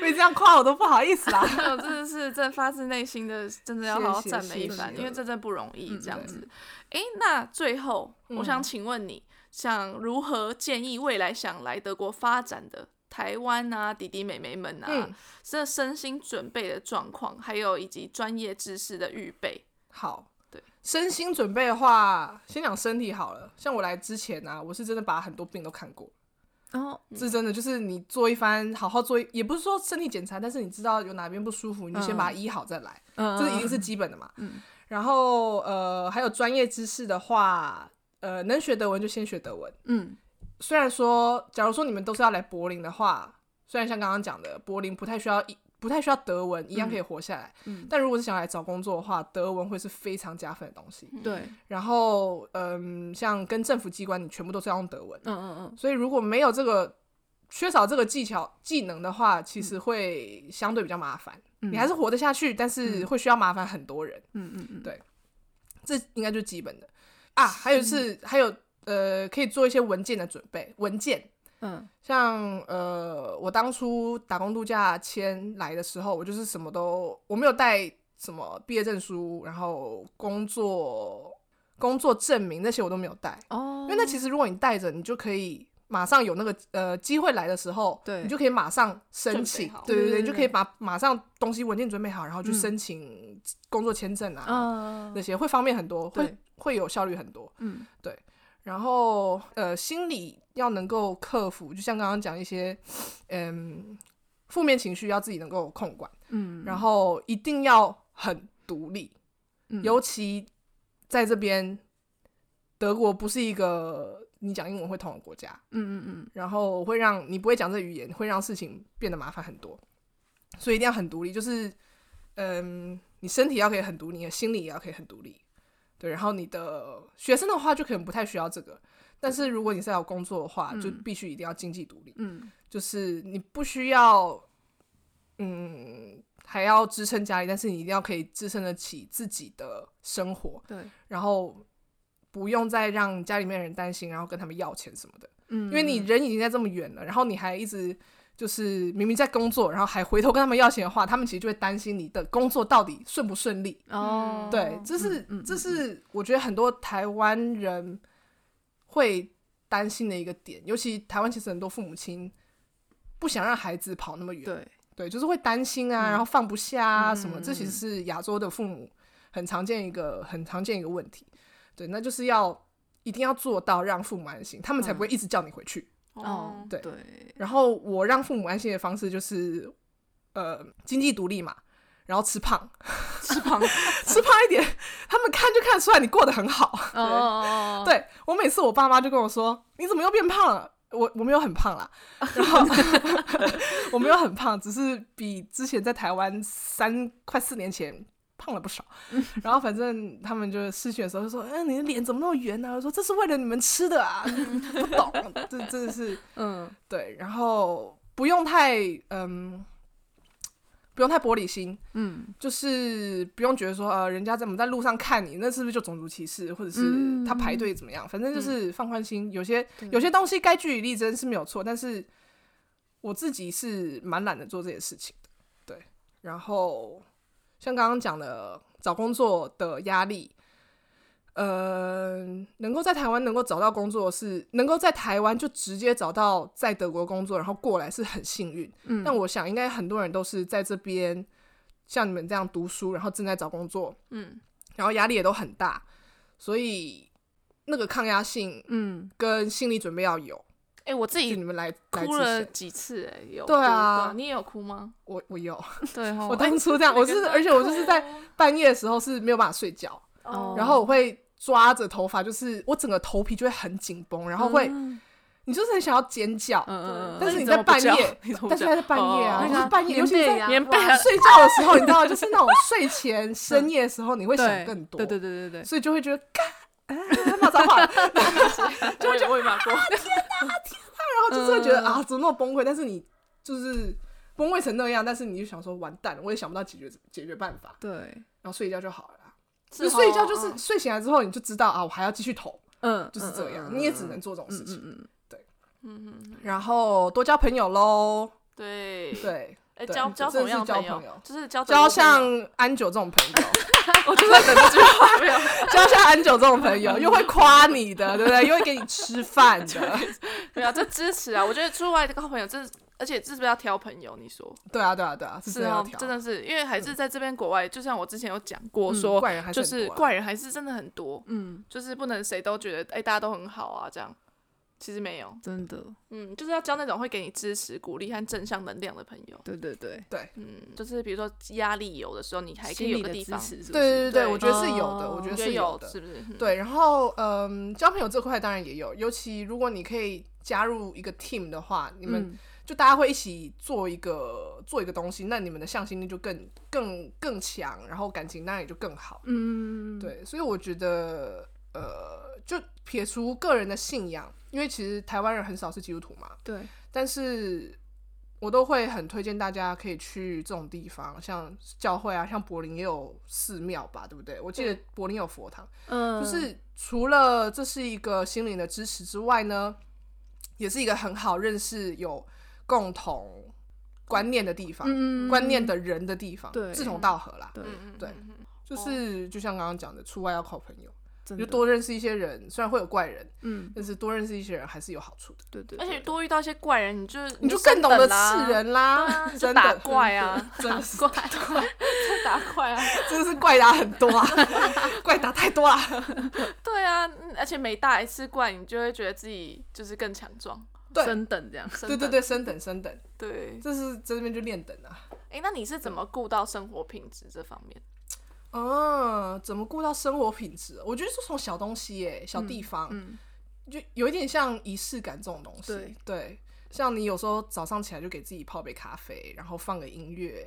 被这样夸我都不好意 思啦。
我真的是真的发自内心的，真的要好好
谢谢
赞美一
谢谢
番，因为这真的不容易
嗯
这样子。诶，那最后我
嗯
想请问你，想如何建议未来想来德国发展的台湾啊弟弟妹妹们啊
嗯，
这身心准备的状况，还有以及专业知识的预备？
好，
对，
身心准备的话，先讲身体好了。像我来之前啊，我是真的把很多病都看过，
然后
是真的，就是你做一番，好好做一，也不是说身体检查，但是你知道有哪边不舒服，你先把它医好再来，
嗯，
这一定是基本的嘛。然后呃，还有专业知识的话，呃，能学德文就先学德文。
嗯
虽然说，假如说你们都是要来柏林的话，虽然像刚刚讲的，柏林不太需要一不太需要德文，一样可以活下来。
嗯
但如果是想来找工作的话，德文会是非常加分的东西。
嗯
对，
然后，嗯，像跟政府机关，你全部都是要用德文
嗯，嗯
所以如果没有这个缺少这个技巧技能的话，其实会相对比较麻烦。
嗯，
你还是活得下去，但是会需要麻烦很多人。
嗯嗯嗯，
这应该就是基本的啊。还有是还有呃，可以做一些文件的准备，文件
嗯
像呃，我当初打工度假签来的时候，我就是什么都我没有带什么毕业证书，然后工作工作证明那些我都没有带，
哦
因为那其实如果你带着，你就可以马上有那个呃机会来的时候，
对
你就可以马上申
准备
请
好，
对对
对
对，
对
你就可以把马上东西文件准备好，然后去
嗯
申请工作签证啊、
啊
那些会方便很多，会
对
会有效率很多。
嗯
然后呃，心理要能够克服，就像刚刚讲一些，嗯，负面情绪要自己能够控管，
嗯，
然后一定要很独立，
嗯
尤其在这边，德国不是一个你讲英文会通的国家，
嗯嗯嗯
然后会让你不会讲这语言，会让事情变得麻烦很多，所以一定要很独立，就是嗯，你身体要可以很独立，你的心理也要可以很独立，对。然后你的学生的话，就可能不太需要这个，但是如果你是要工作的话，就
嗯
必须一定要经济独立，
嗯
就是你不需要嗯还要支撑家里，但是你一定要可以支撑得起自己的生活，
对，
然后不用再让家里面的人担心，然后跟他们要钱什么的。
嗯，
因为你
嗯
人已经在这么远了，然后你还一直就是明明在工作，然后还回头跟他们要钱的话，他们其实就会担心你的工作到底顺不顺利。
哦
对，这是、
嗯嗯
这是我觉得很多台湾人会担心的一个点，尤其台湾其实很多父母亲不想让孩子跑那么远，
嗯对
对就是会担心啊，
嗯
然后放不下啊什么，
嗯
这其实是亚洲的父母很常见一个很常见一个问题。对，那就是要一定要做到让父母安心，他们才不
嗯
会一直叫你回去。
哦
哦，
对
对
然后我让父母安心的方式就是，呃，经济独立嘛，然后吃胖，
吃 螃蟹，
吃胖一点，他们看就看得出来你过得很好。
哦哦哦
对我每次我爸妈就跟我说，你怎么又变胖了？我我没有很胖啦，然后 我没有很胖，只是比之前在台湾三快四年前胖了不少。然后反正他们就是试训的时候就说：“嗯、你的脸怎么那么圆呢、啊？”我说：“这是为了你们吃的啊，不懂，这真的是。”
嗯
对，然后不用太嗯，不用太玻璃心，
嗯
就是不用觉得说呃，人家怎么在路上看你，那是不是就种族歧视，或者
嗯
是他排队怎么样？反正就是放宽心，有些
对
有些东西该据理力争是没有错，但是我自己是蛮懒得做这些事情的。对，然后像刚刚讲的找工作的压力。呃，能够在台湾能够找到工作是能够在台湾就直接找到在德国工作，然后过来是很幸运。
嗯，
但我想应该很多人都是在这边像你们这样读书，然后正在找工作，
嗯，
然后压力也都很大，所以那个抗压性
嗯
跟心理准备要有。
哎，我自
就
己
你们来来
哭
之
了
前，
几次，哎，有，
对啊
你也有哭吗？
我我有，
对
嗯
哦，
我当初这样，我是而且我就是 在半夜的时候是没有办法睡觉，
哦，
然后我会抓着头发，就是我整个头皮就会很紧绷，然后会、
嗯
你就是很想要尖叫，
嗯，
但是
那
你
你
在
怎么
半
不叫
夜
你怎，么
但是
不
在半夜啊，
哦
就是
那
半夜，尤其是在
棉被
哇睡觉的时候，你知道，就是那种睡前深夜的时候，你会想
对
更多，
对对对对对，
所以就会觉得，干啊骂脏话了， 然
就我也 骂过，
后就是会觉得
嗯
啊，怎么那么崩溃？但是你就是崩溃成那样，但是你就想说，完蛋了，我也想不到解决解决办法，
对，
然后睡一觉就好了啦。
是哦
就睡一觉就是
嗯
睡醒来之后，你就知道啊，我还要继续投，
嗯，
就是这样，
嗯
你也只能做这种
嗯
事
嗯
情。
嗯，
嗯嗯，嗯
然后多交朋友喽，
对，
对，
哎，
对
交交什
真
么
的是
样的
交
朋
朋友
友？就是交德国
交
朋
像
友
安九这种朋友。
我就在等这句话，没有，
交像安久这种朋 友，又会夸你的，对不对？又会给你吃饭的，
没有，这支持啊！我觉得出外交朋友，这而且这是不是要挑朋友？你说
对啊，对啊，对啊，是
是
真的要
哦
挑，，嗯
真的是因为还是在这边国外，就像我之前有讲过
嗯
说，
怪人还是
就
很
是
多啊
怪人还是真的很多，
嗯，
就是不能谁都觉得哎、大家都很好啊这样，其实没有，
真的，
嗯，就是要交那种会给你支持、鼓励和正向能量的朋友，
对对对，
嗯，就是比如说压力有的时候，你还可
心
以
理
有
的
个地
支
方，
持是不
对对对
是？
对，
对
我觉得是有的，
哦
我觉得
我觉
是
得有
的。
是不是？嗯，
对，然后嗯，交朋友这块当然也有，尤其如果你可以加入一个 team 的话，你们
嗯
就大家会一起做一个做一个东西，那你们的向心力就更更更强，然后感情当然也就更好。
嗯，
对，所以我觉得呃，就撇除个人的信仰，因为其实台湾人很少是基督徒嘛，
对，
但是我都会很推荐大家可以去这种地方，像教会啊，像柏林也有寺庙吧，对不对？我记得
对
柏林有佛堂，
嗯，
就是除了这是一个心灵的支持之外呢，也是一个很好认识有共同观念的地方，
嗯
观念的人的地方，
对
志同道合啦。
对，
嗯嗯
对
嗯嗯
就是、就像刚刚讲的，出外要靠朋友，
真
就
的
多认识一些人，虽然会有怪人，
嗯，
但是多认识一些人还是有好处的，
对对，
而且
对
多遇到一些怪人，你就
你就
升
更懂得
等啦
治人
对
啦，
啊，你就
真
打
的
怪啊，
真
打
的
怪， 打怪 啊，
真的是怪打很 多啊，怪打太多了。
对啊，嗯而且每打一次怪，你就会觉得自己就是更强壮。
对
升等这样。
升
对对
等
对，升等升等，
对，
这是这边就练等啊。
哎、那你是怎么顾到生活品质这方面？
嗯，怎么顾到生活品质？啊我觉得是从小东西耶、小地方，
嗯，
就有一点像仪式感这种东西。
对
像你有时候早上起来就给自己泡杯咖啡，然后放个音乐，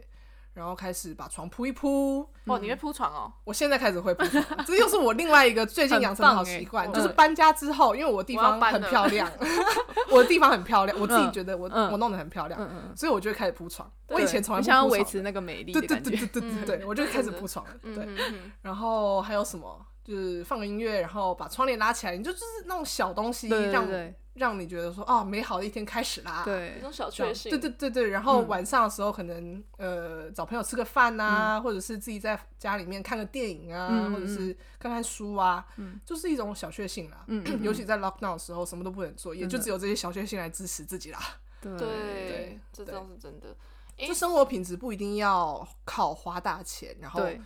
然后开始把床铺一铺。
哦，你会铺床哦，
我现在开始会铺床，这又是我另外一个最近养成的好习惯，
很棒欸
就
耶
是搬家之后，因为我地
我要
方
搬
很
了
漂亮， 我的地方很漂亮，我自己
嗯
觉得我、
嗯
我弄得很漂亮，
嗯嗯
所以我就会开始铺床。
对
我以前从来
你
不
想要
铺
维
床
持
的，
那个美丽
对
的
对
感
对
觉，
对对对
嗯
对，我就开始
真的
铺床了。
嗯
对，
嗯嗯
然后还有什么？就是放个音乐，然后把窗帘拉起来，你就就是那种小东西，
对对
让
对
让你觉得说啊，美好的一天开始啦。
有一
对
种小
这样，
确幸，
对对对对。然
嗯
后晚上的时候，可能呃找朋友吃个饭啊，或者是自己在家里面看个电影啊，
嗯嗯嗯
或者是看看书啊，
嗯
就是一种小确幸啦。
嗯嗯 嗯
尤其在 lockdown 的时候，什么都不能做，也
真的
就只有这些小确幸来支持自己啦。
对
对
对，
这
对
倒是真的。诶
就生活品质不一定要靠花大钱，然后
对，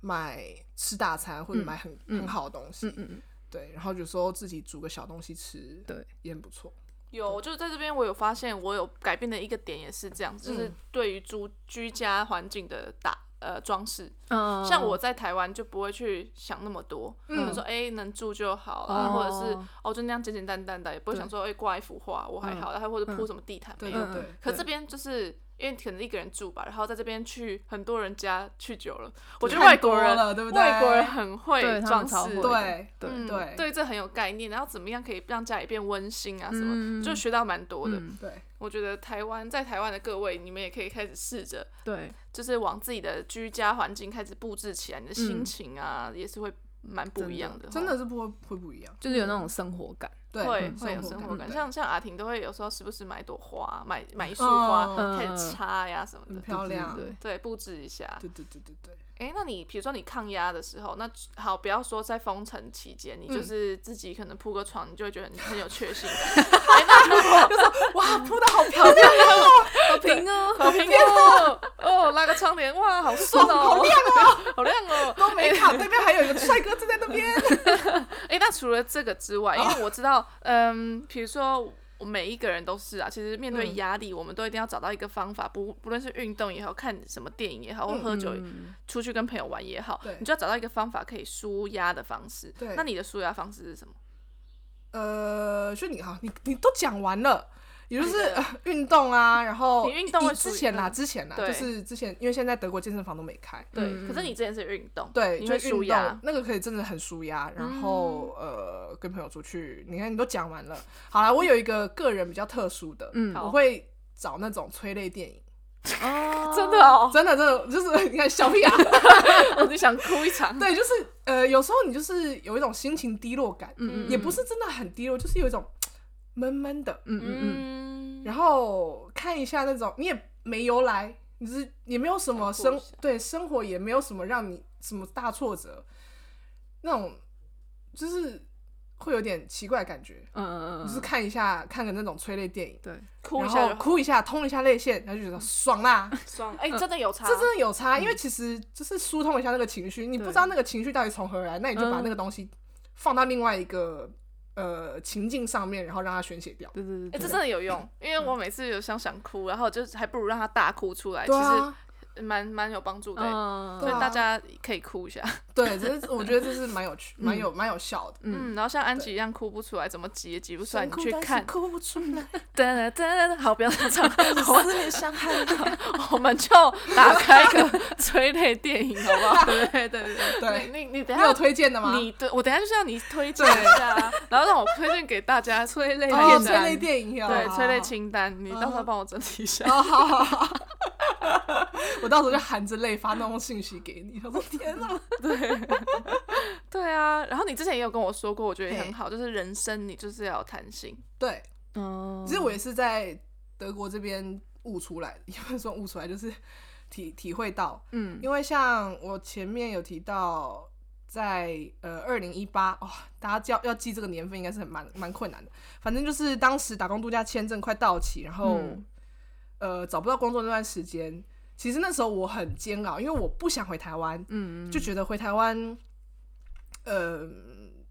买吃大餐或者买很、
嗯
很好的东西。
嗯嗯嗯，
对，然后有时候自己煮个小东西吃，
对，
也很不错。
有，就是在这边我有发现，我有改变的一个点也是这样，就是
嗯
对于住居家环境的打呃装饰，
嗯，
像我在台湾就不会去想那么多，就
嗯
是说哎、诶能住就好啦，或者是
哦
哦就那样简简单单的，也不会
对
想说哎、诶挂一幅画我还好，然后或者铺什么地毯
对
没
对
有。
嗯
对，
可这边就是。因为可能一个人住吧，然后在这边去很多人家去久了，我觉得
看
外国
多
人
了对不对
外国人很会
对他
装
们超
饰，
会
对
对
嗯
对
对，这很有概念。然后怎么样可以让家里变温馨啊？什么、
嗯
就学到蛮多的。
嗯
对
我觉得台湾在台湾的各位，你们也可以开始试着，
对
就是往自己的居家环境开始布置起来，你的心情啊、也是会蛮不一样的。
嗯真的是不会会不一样，
就是有那种生活感，
对，
会
嗯
会有生活感，像像阿婷都会有时候时不时买一朵花，买买一束花、
嗯
开始插呀什么
很
的。
漂亮，
对
对，布置一下。
对对对对对，
哎，那你比如说你抗压的时候，那好，不要说在封城期间，你
嗯
就是自己可能铺个床，你就会觉得很很有确信感。 哎，那如果
哇，铺的好漂亮，
好平哦，
好平哦，哦，拉个窗帘，哇，好顺哦，好亮哦， 好亮哦。
都没卡，哎对面还有一个帅哥站在 那边，
哎，那除了这个之外，
哦
因为我知道，嗯，比如说。我每一个人都是啊，其实面对
嗯
压力，我们都一定要找到一个方法，不不论是运动也好，看什么电影也好，或喝酒、出去跟朋友玩也好
嗯对，
你就要找到一个方法可以舒压的方式。
对
那你的舒压方式是什么？
呃，就你好，你你都讲完了。也就是
对
呃运动啊，然后
你运动
以
会属于
之前啦，
嗯
之前啦，啊
对
就是之前，因为现在德国健身房都没开，
对，
嗯
可是你之前是运动，
对，
你
就
会
运
舒
动
压，嗯
那个可以真的很舒压。然后、呃，跟朋友出去，你看你都讲完了。好啦，我有一个个人比较特殊的，
嗯
好
我会找那种催泪电影，
哦，
真的 哦，
真的真的就是你看 小屁啊，
我就想哭一场。
对，就是呃，有时候你就是有一种心情低落感，
嗯嗯
也不是真的很低落，就是有一种闷闷的。
嗯嗯嗯，
嗯，
然后看一下那种你也没由来，你只是也没有什么
想过
生
一下
对生活也没有什么让你什么大挫折，那种就是会有点奇怪的感觉，
嗯嗯嗯，
就是看一下看个那种催泪电影，
对，
哭一
然
下
后
就好嗯
哭一下通一下泪腺，然后就觉得爽啦，
爽。哎、真的有差，
这真的有差，因为其实就是疏通一下那个情绪，你不
对
知道那个情绪到底从何而来，那你就把
嗯
那个东西放到另外一个呃情境上面，然后让它宣泄掉。
对对
哎、
对，
这真的有用，
嗯
因为我每次有想想哭，然后就还不如让他大哭出来，
对啊，
其实蛮蛮有帮助的、欸
嗯，
所以
对啊
大家可以哭一下，
对，这是我觉得这是蛮有趣、蛮有蛮有效的。
嗯
嗯，然后像安吉一样哭不出来，怎么挤也挤不出来，
想
你
哭
去
但是
看，
哭不出来，
噔噔噔噔，好，不要再 唱，我
思念伤害。
我们就打开个催泪电影，好不 好？
对对对对，
对，
你你你等
你
一下
有推荐的吗？
你对我等一下就是要你推荐一下 啊，然后让我推荐给大家催泪
哦，
片
催
单
泪哦电影有
对
好
催泪
好
清单，你到时候帮我整理一下。
哦，好好好， 我到时候就含着泪发那种信息给你。我说天哪，
对啊，然后你之前也有跟我说过，我觉得也
嘿
很好，就是人生你就是要有弹性，
对
嗯，
其实我也是在德国这边悟出来的， 也不是说悟出来，就是体体会到，
嗯
因为像我前面有提到在，呃二零一八哦，大家叫要记这个年份应该是很蛮蛮困难的。反正就是当时打工度假签证快到期，然后、
嗯
呃找不到工作那段时间，其实那时候我很煎熬，因为我不想回台湾，
嗯，
就觉得回台湾，呃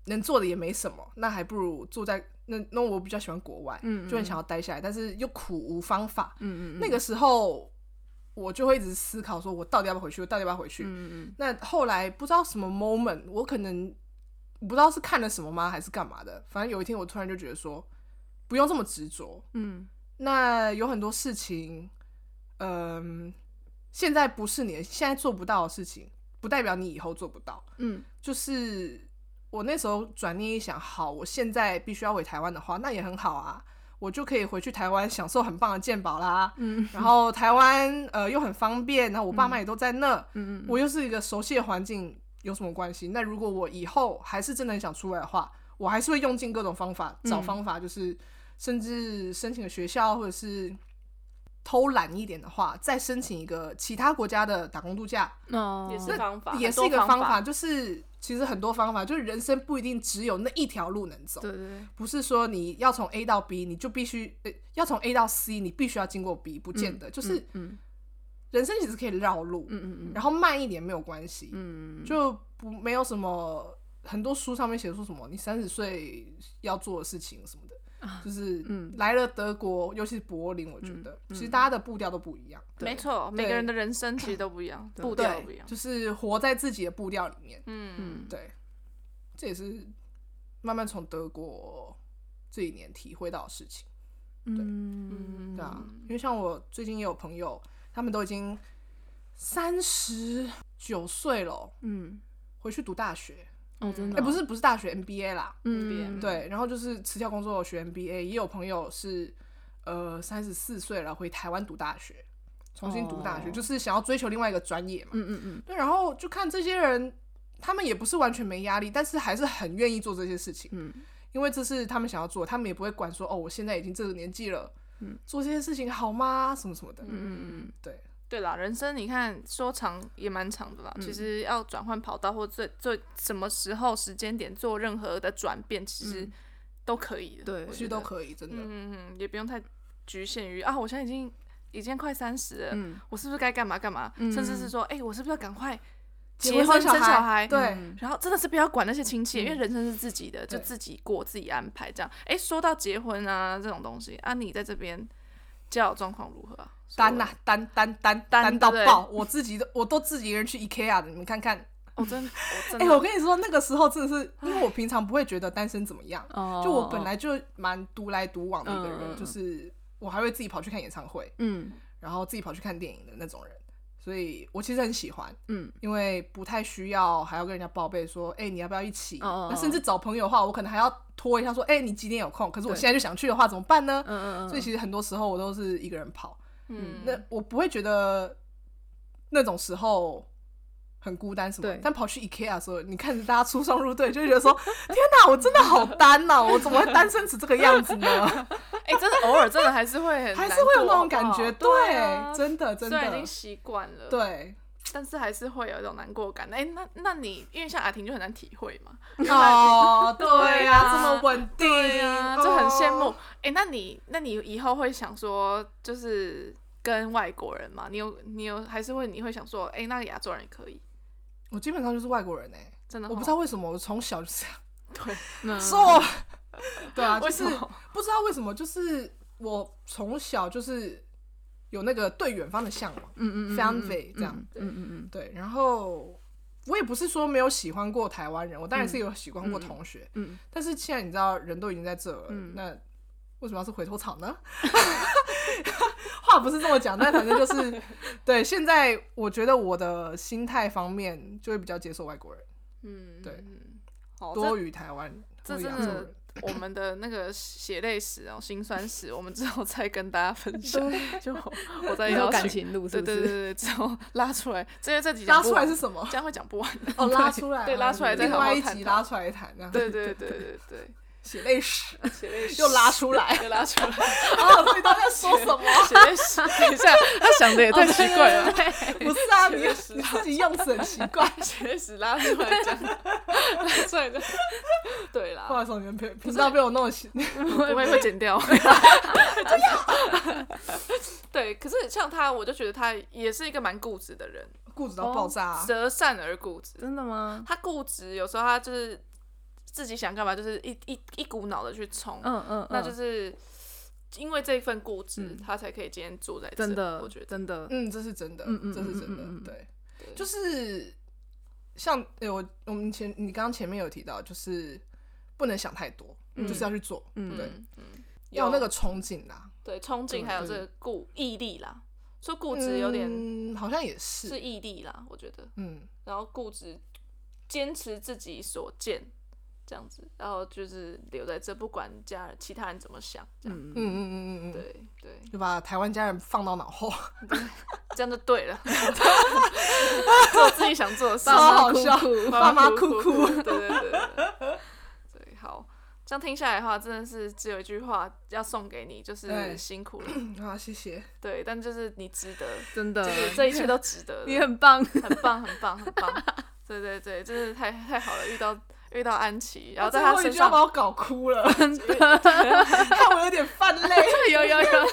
能做的也没什么，那还不如住在那那我比较喜欢国外，
嗯
就很想要待下来，但是又苦无方法，
嗯嗯嗯
那个时候我就会一直思考，说我到底要不要回去？我到底要不要回去？
嗯嗯
那后来不知道什么 moment，我可能不知道是看了什么吗，还是干嘛的？反正有一天我突然就觉得说，不用这么执着。
嗯
那有很多事情，嗯、现在不是你现在做不到的事情，不代表你以后做不到。
嗯
就是我那时候转念一想，好，我现在必须要回台湾的话，那也很好啊，我就可以回去台湾享受很棒的健保啦。
嗯
然后台湾呃又很方便，然后我爸妈也都在那，
嗯
我又是一个熟悉的环境，有什么关系？那如果我以后还是真的很想出来的话，我还是会用尽各种方法
嗯
找方法，就是甚至申请个学校，或者是偷懒一点的话，再申请一个其他国家的打工度假，
哦，
也是方法，
也
很
是
多
一个
方
方，就是其实很多方法，就是人生不一定只有那一条路能走。
对对对，
不是说你要从 A 到 B，你就必须、呃要从 A 到 C，你必须要经过 B，不见得、就是
嗯
人生其实可以绕路，
嗯嗯嗯
然后慢一点没有关系，
嗯，
就不没有什么很多书上面写说什么你三十岁要做的事情什么的，
啊
就是
嗯
来了德国，尤其是柏林，我觉
嗯
得、其实大家的步调都不一样，
没错，每个
对
人的人生其实都不一样，步调都不一
对，
样。
就是活在自己的步调里面，
嗯，
嗯
对，这也是慢慢从德国这一年体会到的事情。
嗯
对啊，因为像我最近也有朋友，他们都已经三十九岁了，
嗯
回去读大学。
哦真
哎、
的
不是不是大学 MBA 啦，
嗯
对，然后就是辞掉工作学 MBA，也有朋友是呃三十四岁了回台湾读大学，重新读大学，
哦
就是想要追求另外一个专业嘛。
嗯嗯嗯
对，然后就看这些人，他们也不是完全没压力，但是还是很愿意做这些事情。
嗯，
因为这是他们想要做，他们也不会管说哦，我现在已经这个年纪了，嗯，做这些事情好吗？什么什么的，
嗯嗯
对，
对啦，人生你看说长也蛮长的啦。
嗯
其实要转换跑道或最最什么时候时间点做任何的转变，其
嗯
实都可以的。
对
我觉得都可以，真的。
嗯，嗯嗯，也不用太局限于啊，我现在已经已经快三十了，
嗯
我是不是该干嘛干嘛？
嗯
甚至是说，哎、我是不是要赶快
结
婚
生
生
小
孩？嗯
对，
然后真的是不要管那些亲戚，因为人生是自己的，就
嗯对
自己过自己安排这样。哎，说到结婚啊这种东西啊，你在这边交友状况如何啊？
单呐、
呐、
啊，单单单
单
到
对
爆！我自己都我都自己一个人去 IKEA 的，你们看看。
我哦真的，我真
哎、
的，
我跟你说，那个时候真的是，因为我平常不会觉得单身怎么样，
哦，
就我本来就蛮独来独往的一个人，
嗯嗯嗯
就是我还会自己跑去看演唱会，
嗯
然后自己跑去看电影的那种人，所以我其实很喜欢，
嗯
因为不太需要还要跟人家报备说，哎、你要不要一起？
哦哦哦
那甚至找朋友的话，我可能还要拖一下说，哎、你几点有空？可是我
对
现在就想去的话，怎么办呢
嗯？嗯嗯，
所以其实很多时候我都是一个人跑，
嗯，
那我不会觉得那种时候很孤单什么
对。
但跑去 IKEA 的时候，你看着大家出双入对，就会觉得说：“ 天哪，我真的好单呐、我怎么会单身成这个样子 呢？”
哎、真的偶尔真的还是会很
还是
难
会有
过
那
好
种
不
感
好
觉，
对啊
真的真
虽然已经
的，
习惯了，，
对。
但是还是会有一种难过感。哎、那那你因为像阿婷就很难体会嘛，
哦，
对
对
啊
呀，这么稳定，
对呀、啊就很羡慕
嗯哦。。
哎、那你那你以后会想说，就是跟外国人嘛？你有你有还是会你会想说，哎、那亚洲人也可以，
我基本上就是外国人哎，
真的、
我不知道，为什么我从小就这样，
对，
哦
是我， 对啊，
嗯
就
为
是
什么？
不知道为什么，就是我从小就是有那个对远方的向往。
嗯嗯
family 这样。
嗯嗯
对，然后我也不是说没有喜欢过台湾人，我当然是有喜欢过同学，
嗯
但是现在你知道人都已经在这了，
嗯
那为什么要是回头草呢？ 话不是这么讲，但反正就是对。现在我觉得我的心态方面就会比较接受外国人，
嗯，
对
嗯。好，
多
这
于台湾人，
这
多于
真
亚
的
洲人。
我们的那个血泪史哦，辛酸史，我们之后再跟大家分享。就我我再
嗯，有
邀
感
请
情路是
对对
不
对
是？
对，之后拉出来，这这几讲
拉
不
出来
完
是什么？
这样会讲不完的。
哦，拉出来啊，
对拉出来再
另
好好
外一
探
集
讨
拉出来谈，这样
对对对对对，
血泪史
血泪史
又拉出来
又拉出来，
啊！这到底在说什么？
血泪史。等一下，他想的也太奇怪了吧，
不是啊，你
血泪史
你自己用词很奇怪。
血泪史拉出来讲，拉出来讲，对
不好
啦，
意思，你们频频道被我弄醒。
不会会剪掉， 对，可是像他，我就觉得他也是一个蛮固执的人，
固执到爆炸、啊。
择善而固执，
真的吗？
他固执，有时候他就是自己想干嘛，就是一一一股脑的去冲，
嗯嗯，
那
嗯
就是因为这份固执，
嗯
他才可以今天坐在这。
真的，
我觉得
真的，
嗯，这是真的，
嗯嗯
这是真的，
嗯嗯嗯嗯
对，
对
就是像诶、我我们前你刚刚前面有提到，就是不能想太多，
嗯
就是要去做，
嗯
对，
嗯嗯，
要有
有
那个冲劲啦，
对冲劲，
对
还有这
对
个固毅力啦。说固执有点
嗯，好像也是，
是毅力啦，我觉得。
嗯，
然后固执，坚持自己所见，这样子，然后就是留在这，不管家人其他人怎么想，这样。
嗯嗯
嗯，
嗯嗯嗯，嗯，
对对，
就把台湾家人放到脑后，
这样就对了， 做自己想做的事，
超好笑
哭
爸妈哭
哭， 对对对对，对，好。这样听下来的话，真的是只有一句话要送给你，就是
对
辛苦了，
啊，谢谢，
对，但就是你值得，
真的，
就是这一切都值 得的，
你很棒，
很棒，很棒，很棒， 对对对，真是太太好了，遇到遇到安琪，然后在
啊最
他
后一
身
句要
上
把我搞哭了， 真的，看我有点泛泪，
有有有，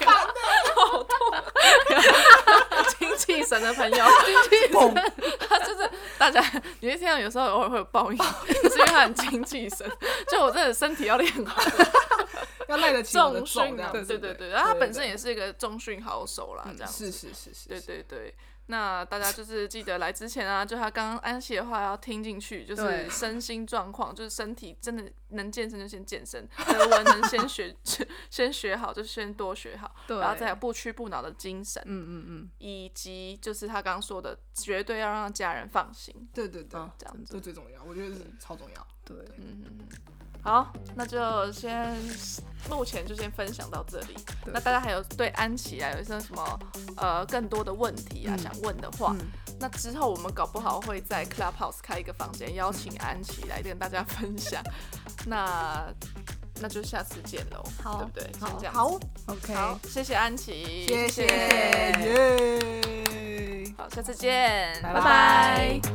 精气神的朋友，
嘣，
他就是大家，你会听到有时候偶尔会有报应， 就是因为他很精气神。就我真的身体要练好，
要赖得起我的
重
重，
训
这
啊，
样
对
子，
对
对
对。然后他本身也是一个重训好手啦，这样子
是，是是是，
对
是，
对对。那大家就是记得来之前啊，就他刚刚安息的话要听进去，就
对
是身心状况，就是身体真的能健身就先健身， 德文能先学 先学好就先多学好，
对，
然后再有不屈不挠的精神，
嗯嗯嗯，
以及就是他刚刚说的，绝对要让家人放心，
对对对，
这样子。
这最重要，我觉得是超重要，
对，
嗯嗯嗯，好，那就先目前就先分享到这里。
对
那大家还有对安琪啊有一些什么呃更多的问题啊、
嗯
想问的话，
嗯
那之后我们搞不好会在 Clubhouse 开一个房间，邀请安琪来跟大家分享。那那就下次见喽，
好
对不对？
好
先这样子。
好，
，OK，
好，谢谢安琪，
谢谢，耶。
好，下次见，
拜
拜
拜
拜